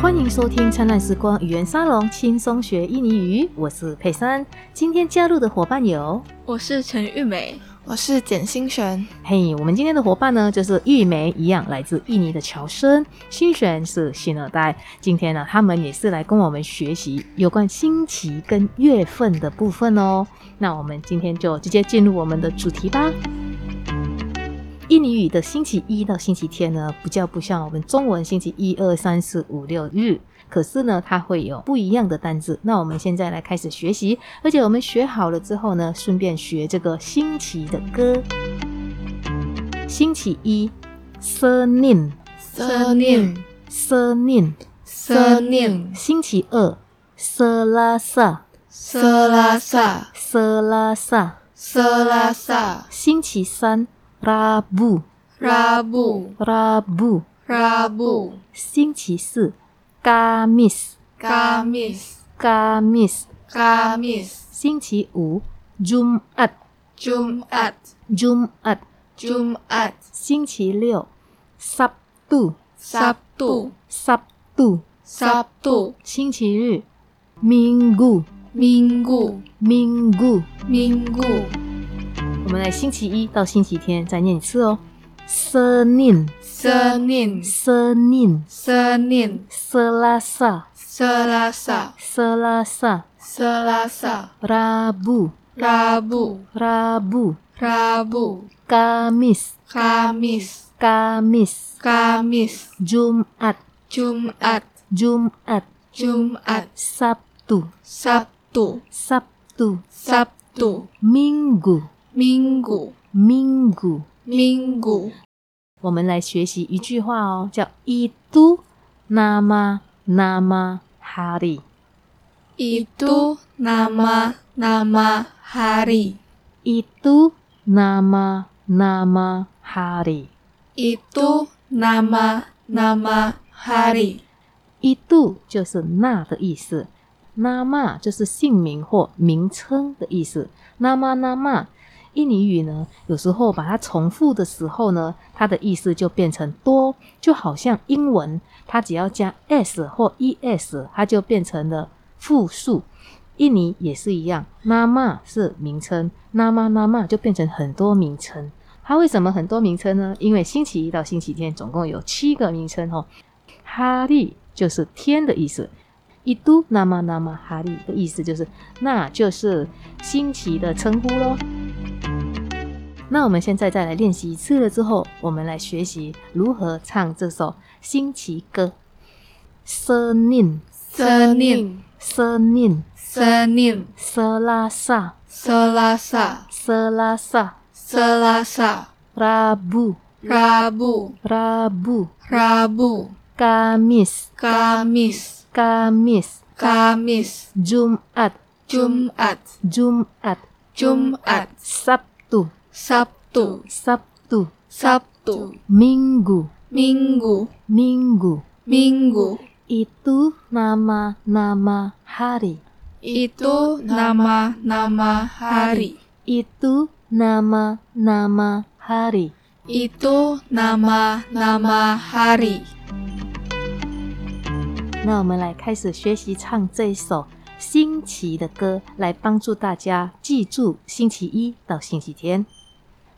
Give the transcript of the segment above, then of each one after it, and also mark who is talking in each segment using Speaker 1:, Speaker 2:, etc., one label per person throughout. Speaker 1: 欢迎收听《灿烂时光语言沙龙》，轻松学印尼语。我是佩珊，今天加入的伙伴有，
Speaker 2: 我是陈玉梅，
Speaker 3: 我是简心璇。
Speaker 1: 嘿，我们今天的伙伴呢，就是玉梅一样，来自印尼的侨生，新璇是新二代。今天呢，他们也是来跟我们学习有关星期跟月份的部分哦。那我们今天就直接进入我们的主题吧。印尼语的星期一到星期天呢，比较不像我们中文星期一、二、三、四、五、六日，可是呢，它会有不一样的单字。那我们现在来开始学习，而且我们学好了之后呢，顺便学这个星期的歌。星期一，Senin
Speaker 2: Senin
Speaker 1: Senin，
Speaker 2: Senin
Speaker 1: 星期二，Selasa
Speaker 3: Selasa
Speaker 1: Selasa，
Speaker 3: Selasa
Speaker 1: 星期三，Rabu
Speaker 2: Rabu
Speaker 1: Rabu，
Speaker 2: Rabu
Speaker 1: 星期四，Kamis。
Speaker 2: Kamis
Speaker 1: Kamis，
Speaker 2: Kamis
Speaker 1: 星期五；Jumat
Speaker 2: Jumat
Speaker 1: Jumat，
Speaker 2: Jumat
Speaker 1: 星期六；Sabtu
Speaker 2: Sabtu
Speaker 1: Sabtu，
Speaker 2: Sabtu
Speaker 1: 星期日；Minggu
Speaker 2: Minggu
Speaker 1: Minggu。
Speaker 2: Minggu
Speaker 1: 我们来星期一到星期天再念一次哦。Senin
Speaker 2: Senin
Speaker 1: Senin
Speaker 2: Senin
Speaker 1: Selasa
Speaker 2: Selasa
Speaker 1: Selasa
Speaker 2: Selasa
Speaker 1: Rabu
Speaker 2: Rabu
Speaker 1: Rabu
Speaker 2: Rabu
Speaker 1: Kamis
Speaker 2: Kamis
Speaker 1: Kamis
Speaker 2: Kamis
Speaker 1: Jumat
Speaker 2: Jumat
Speaker 1: Jumat
Speaker 2: Jumat
Speaker 1: Sabtu
Speaker 2: Sabtu
Speaker 1: Sabtu
Speaker 2: Sabtu
Speaker 1: Minggu
Speaker 2: Minggu
Speaker 1: Minggu，
Speaker 2: Minggu
Speaker 1: 我们来学习一句话哦，叫 itu nama nama hari。
Speaker 2: Itu nama-nama hari.
Speaker 1: itu nama nama hari。
Speaker 2: Itu nama-nama hari.
Speaker 1: itu 就是那的意思，nama 就是姓名或名称的意思。nama nama 印尼语呢，有时候把它重复的时候呢，它的意思就变成多，就好像英文，它只要加 s 或 es，它就变成了复数。印尼也是一样，nama 是名称，nama nama 就变成很多名称。它为什么很多名称呢？因为星期一到星期天总共有七个名称哦。哈利就是天的意思，一都那么那么哈利的意思就是那就是新奇的称呼喽。那我们现在再来练习一次了之后，我们来学习如何唱这首新奇歌。Senin
Speaker 2: Senin,
Speaker 1: Senin
Speaker 2: Senin,
Speaker 1: Selasa
Speaker 2: Selasa,
Speaker 1: Selasa
Speaker 2: Selasa,
Speaker 1: Rabu
Speaker 2: Rabu,
Speaker 1: Rabu
Speaker 2: Rabu,
Speaker 1: Kamis
Speaker 2: Kamis,
Speaker 1: Kamis
Speaker 2: Kamis,
Speaker 1: Jumat
Speaker 2: Jumat,
Speaker 1: Jumat
Speaker 2: Jumat,
Speaker 1: Sabtu
Speaker 2: Sabtu,
Speaker 1: Sabtu,
Speaker 2: Sabtu,
Speaker 1: Minggu,
Speaker 2: Minggu,
Speaker 1: Minggu.
Speaker 2: Minggu.
Speaker 1: Itu nama-nama hari.
Speaker 2: Itu nama-nama hari.
Speaker 1: Itu nama-nama hari.
Speaker 2: Itu nama-nama hari.
Speaker 1: 那我们来开始学习唱这一首新奇的歌，来帮助大家记住星期一到星期天。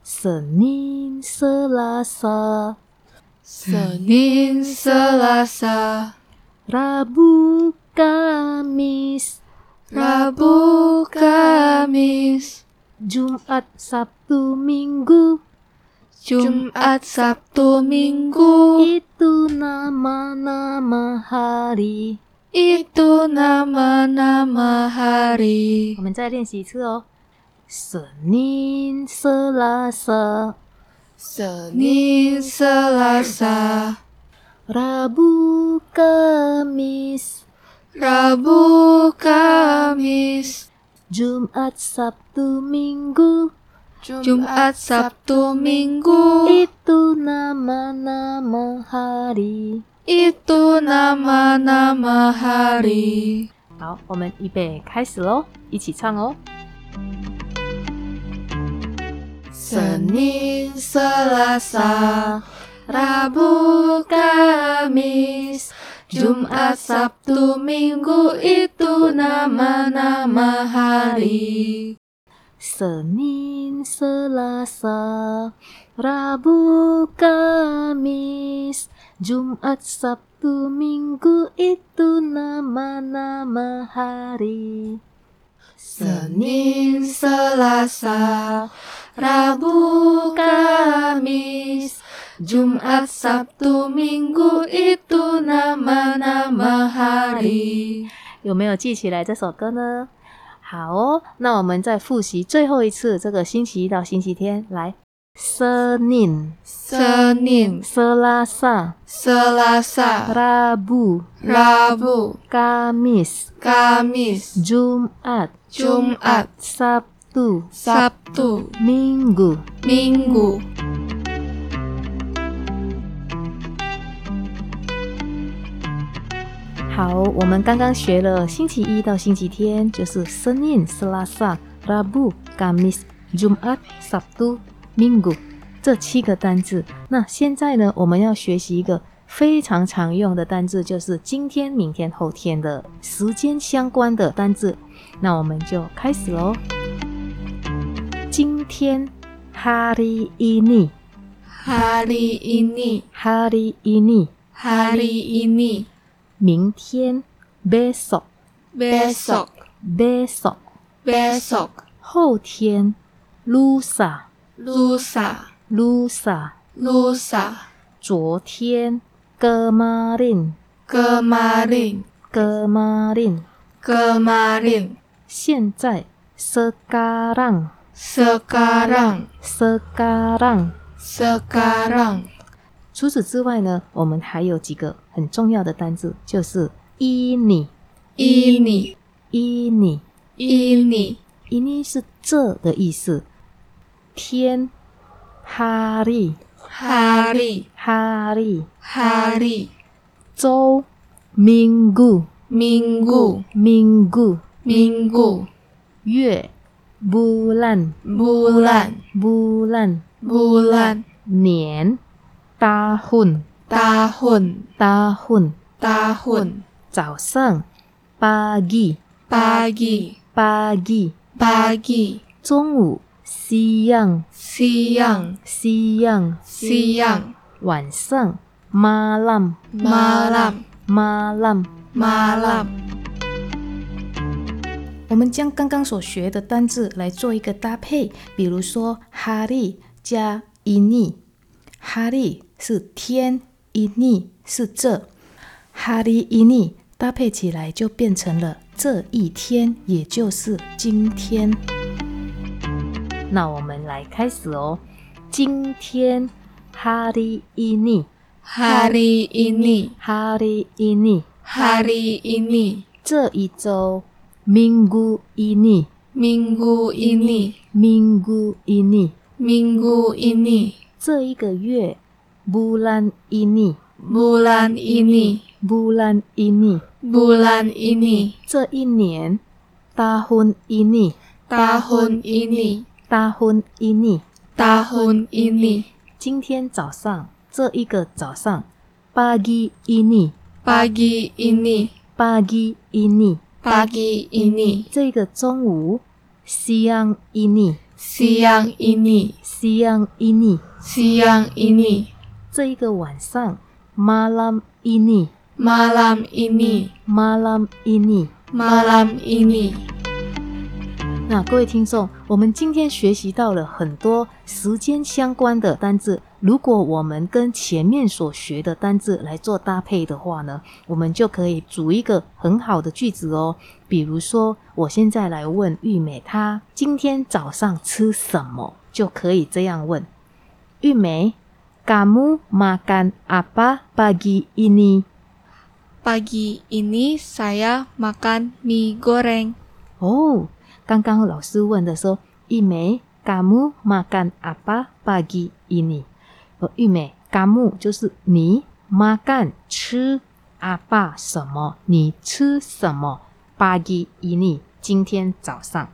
Speaker 1: Senin, Selasa,
Speaker 2: Senin, Selasa,
Speaker 1: Rabu, Kamis,
Speaker 2: Rabu, Kamis,
Speaker 1: Jumat, Sabtu, Minggu.
Speaker 2: Jumat, Sabtu, Minggu.
Speaker 1: Itu nama-nama hari。
Speaker 2: Itu nama-nama
Speaker 1: 我
Speaker 2: hari.
Speaker 1: 们再练习一次哦。Senin, Selasa,
Speaker 2: Senin, Selasa,
Speaker 1: Rabu, Kamis,
Speaker 2: Rabu, Kamis,
Speaker 1: Jumat, Sabtu, Minggu.
Speaker 2: Jumat, Sabtu, Minggu.
Speaker 1: Itu nama-nama hari。
Speaker 2: Itu nama-nama hari.
Speaker 1: 好，我们预备开始喽，一起唱哦。
Speaker 2: Senin, Selasa, Rabu, Kamis, Jumat, Sabtu, Minggu itu nama-nama hari.
Speaker 1: Senin, Selasa, Rabu, Kamis, Jumat, Sabtu, Minggu itu nama-nama hari.
Speaker 2: Senin, Selasa, Rabu, Kamis, Jumat, Sabtu, Minggu itu nama-nama hari.
Speaker 1: 有没有记起来这首歌呢？好哦，那我们再复习最后一次，这个星期一到星期天来。Senin,
Speaker 2: Senin,
Speaker 1: Selasa,
Speaker 2: Selasa,
Speaker 1: Rabu,
Speaker 2: Rabu,
Speaker 1: Kamis,
Speaker 2: Kamis,
Speaker 1: Jumat,
Speaker 2: Jumat,
Speaker 1: Sabtu,
Speaker 2: Sabtu,
Speaker 1: Minggu.
Speaker 2: Minggu.
Speaker 1: 好，我们刚刚学了星期一到星期天，就是 Senin、Selasa、Rabu、Kamis、Jumat、Sabtu、Minggu 这七个单字。那现在呢，我们要学习一个非常常用的单字，就是今天、明天、后天的时间相关的单字。那我们就开始喽。今天 hari ini
Speaker 2: Hari ini,
Speaker 1: hari ini，
Speaker 2: hari ini,
Speaker 1: 明天 besok
Speaker 2: besok,
Speaker 1: besok。
Speaker 2: besok,
Speaker 1: 后天，lusa
Speaker 2: lusa,
Speaker 1: lusa，
Speaker 2: lusa,
Speaker 1: 昨天，kemarin
Speaker 2: kemarin,
Speaker 1: kemarin，
Speaker 2: kemarin,
Speaker 1: 现在，sekarang
Speaker 2: sekarang,
Speaker 1: sekarang。
Speaker 2: sekarang,
Speaker 1: 除此之外呢，我们还有几个很重要的单字，就是 ini
Speaker 2: ini,
Speaker 1: ini
Speaker 2: ini,
Speaker 1: ini 是这的意思，天，hari
Speaker 2: hari,
Speaker 1: hari，
Speaker 2: hari,
Speaker 1: 周，minggu
Speaker 2: minggu,
Speaker 1: minggu。
Speaker 2: minggu,
Speaker 1: 月 bulan
Speaker 2: bulan,
Speaker 1: bulan
Speaker 2: bulan,
Speaker 1: 年 tahun
Speaker 2: tahun,
Speaker 1: tahun
Speaker 2: tahun,
Speaker 1: 早上 pagi
Speaker 2: pagi,
Speaker 1: pagi
Speaker 2: pagi,
Speaker 1: 中午 siang
Speaker 2: siang,
Speaker 1: siang
Speaker 2: siang,
Speaker 1: 晚上 malam
Speaker 2: malam,
Speaker 1: malam。
Speaker 2: malam.
Speaker 1: 我们将刚刚所学的单字来做一个搭配，比如说 hari 加 ini。hari 是天，ini 是这，hari ini 搭配起来就变成了这一天，也就是今天。那我们来开始哦，今天 hari ini，hari
Speaker 2: Hari ini,
Speaker 1: ini，
Speaker 2: hari ini,
Speaker 1: 这一周 minggu ini。
Speaker 2: minggu ini,
Speaker 1: minggu ini
Speaker 2: minggu ini,
Speaker 1: 这一个月 bulan ini
Speaker 2: bulan ini,
Speaker 1: bulan ini
Speaker 2: bulan ini,
Speaker 1: 这一年 tahun ini
Speaker 2: tahun ini,
Speaker 1: tahun ini
Speaker 2: tahun ini,
Speaker 1: 今天早上这一个早上 pagi ini
Speaker 2: pagi ini,
Speaker 1: pagi ini
Speaker 2: pagi ini,
Speaker 1: 这个中午 siang ini
Speaker 2: siang ini,
Speaker 1: siang ini
Speaker 2: siang ini,
Speaker 1: 这一个晚上 malam ini
Speaker 2: malam ini,
Speaker 1: malam ini
Speaker 2: malam ini.
Speaker 1: 那各位听众，我们今天学习到了很多时间相关的单字。如果我们跟前面所学的单字来做搭配的话呢，我们就可以组一个很好的句子哦。比如说，我现在来问玉美，她今天早上吃什么，就可以这样问：玉美，kamu makan apa pagi ini？
Speaker 2: Pagi ini saya makan mie goreng.
Speaker 1: 哦，刚刚老师问的说，玉梅，kamu makan apa pagi ini？呃，玉梅，kamu 就是你，makan 吃，apa 什么？你吃什么？pagi ini 今天早上。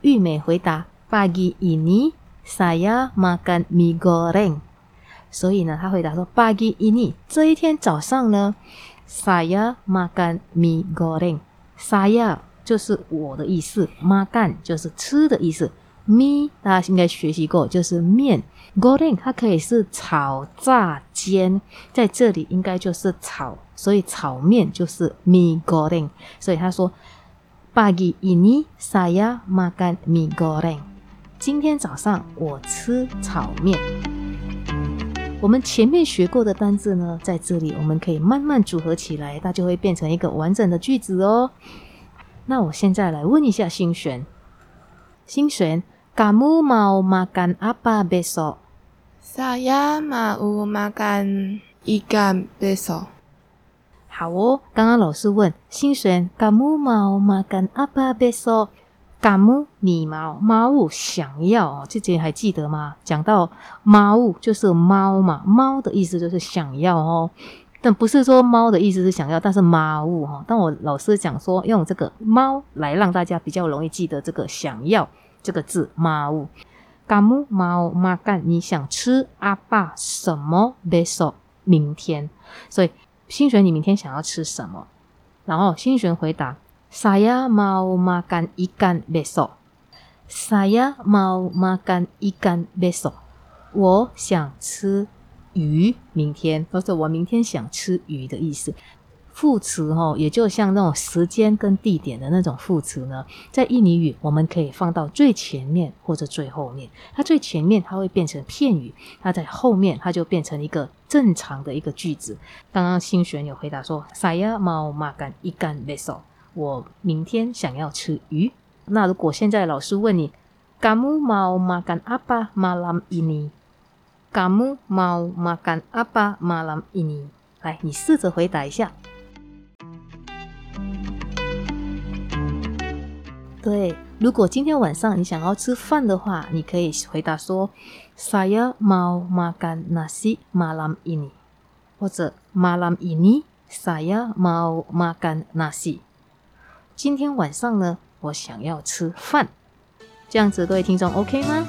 Speaker 1: 玉美回答，pagi ini saya makan mie goreng。所以呢，他回答说，pagi ini 这一天早上呢 saya makan mie goreng。saya 就是我的意思，makan 就是吃的意思。mi 大家应该学习过，就是面。goreng 它可以是炒、炸、煎，在这里应该就是炒，所以炒面就是 mi goreng。所以他说，pagi ini saya makan mie goreng。今天早上我吃炒面。我们前面学过的单字呢，在这里我们可以慢慢组合起来，它就会变成一个完整的句子哦。那我现在来问一下新璇，新璇，kamu mau makan apa besok？
Speaker 3: Saya mau makan ikan besok.
Speaker 1: 好哦，刚刚老师问新璇，kamu mau makan apa besok？kamu 你猫猫想要哦，这节还记得吗？讲到猫就是猫嘛，猫的意思就是想要哦，但不是说猫的意思是想要，但是猫哈。但我老师讲说用这个猫来让大家比较容易记得这个想要这个字猫。kamu mau makan 你想吃阿爸什么 besok 明天，所以新璇你明天想要吃什么？然后新璇回答 Saya mau makan ikan besok. Saya mau makan ikan besok. 我想吃鱼，明天，或者我明天想吃鱼的意思。副词哦，也就像那种时间跟地点的那种副词呢，在印尼语我们可以放到最前面或者最后面。它最前面它会变成片语，它在后面它就变成一个正常的一个句子。刚刚新璇有回答说，saya mau makan ikan besok。我明天想要吃鱼。那如果现在老师问你，kamu mau makan apa malam ini？kamu mau makan apa malam ini？来，你试着回答一下。对，如果今天晚上你想要吃饭的话，你可以回答说，saya mau makan nasi malam ini，或者 malam ini saya mau makan nasi。今天晚上呢，我想要吃饭。这样子，各位听众 OK 吗？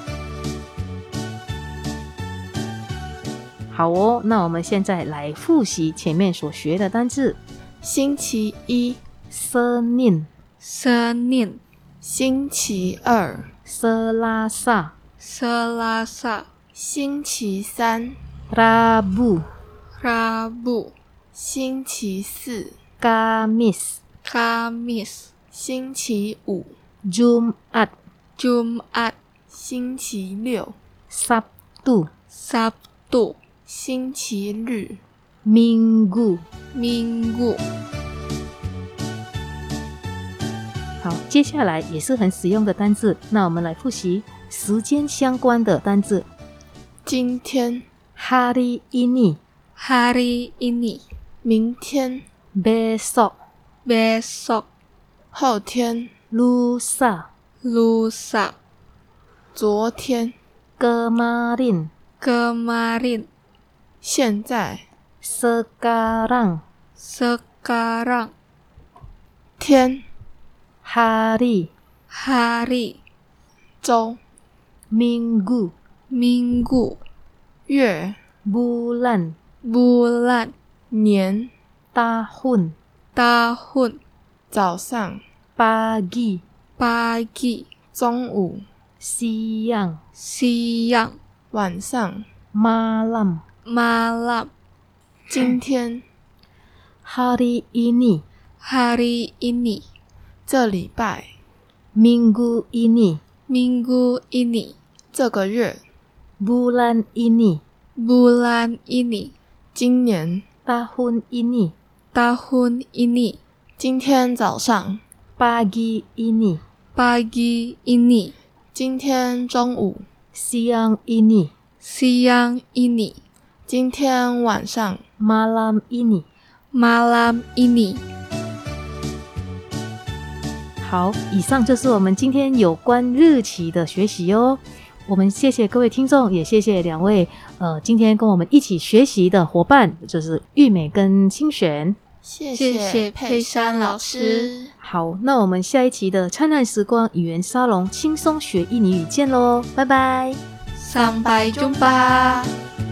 Speaker 1: 好哦，那我们现在来复习前面所学的单字
Speaker 3: 星期一，
Speaker 1: ：Senin、
Speaker 2: Senin,
Speaker 3: 星期二，
Speaker 1: Selasa、
Speaker 2: Selasa,
Speaker 3: 星期三，
Speaker 1: Rabu、
Speaker 2: Rabu,
Speaker 3: 星期四，
Speaker 1: Kamis、
Speaker 2: Kamis,
Speaker 3: 星期五，
Speaker 1: Jumat、
Speaker 2: Jumat,
Speaker 3: 星期六，
Speaker 1: Sabtu、
Speaker 2: Sabtu,
Speaker 3: 星期日，
Speaker 1: Minggu。
Speaker 2: Minggu.
Speaker 1: 好，接下来也是很实用的单字，那我们来复习时间相关的单字
Speaker 3: 今天，
Speaker 1: ：Hari ini。
Speaker 2: Hari ini,
Speaker 3: 明天，
Speaker 1: besok,
Speaker 2: besok,
Speaker 3: 后天，
Speaker 1: lusa,
Speaker 2: lusa,
Speaker 3: 昨天，
Speaker 1: kemarin,
Speaker 2: kemarin,
Speaker 3: 现在，
Speaker 1: sekarang,
Speaker 2: sekarang,
Speaker 3: 天，
Speaker 1: hari,
Speaker 2: hari,
Speaker 3: 周，
Speaker 1: minggu,
Speaker 2: minggu,
Speaker 3: 月，
Speaker 1: bulan,
Speaker 2: bulan,
Speaker 3: 年，
Speaker 1: tahun,
Speaker 2: tahun,
Speaker 3: 早上，
Speaker 1: pagi,
Speaker 2: pagi,
Speaker 3: 中午，
Speaker 1: siang,
Speaker 2: siang,
Speaker 3: 晚上，
Speaker 1: malam,
Speaker 2: malam,
Speaker 3: 今天，
Speaker 1: hari ini,
Speaker 2: hari ini,
Speaker 3: 这礼拜，
Speaker 1: minggu ini,
Speaker 2: minggu ini,
Speaker 3: 这个月，
Speaker 1: bulan ini,
Speaker 2: bulan ini,
Speaker 3: 今年，
Speaker 1: tahun ini,
Speaker 2: tahun ini,
Speaker 3: 今天早上，
Speaker 1: pagi ini,
Speaker 2: pagi ini,
Speaker 3: 今天中午，
Speaker 1: siang ini,
Speaker 2: siang ini,
Speaker 3: 今天晚上，
Speaker 1: malam ini.
Speaker 2: malam ini.
Speaker 1: 好，以上就是我们今天有关日期的学习哦。我们谢谢各位听众，也谢谢两位呃，今天跟我们一起学习的伙伴，就是玉美跟清璇。
Speaker 3: 谢
Speaker 2: 谢谢佩珊老师。
Speaker 1: 好，那我们下一期的灿烂时光语言沙龙轻松学印尼语见喽，拜拜。
Speaker 2: Sampai jumpa.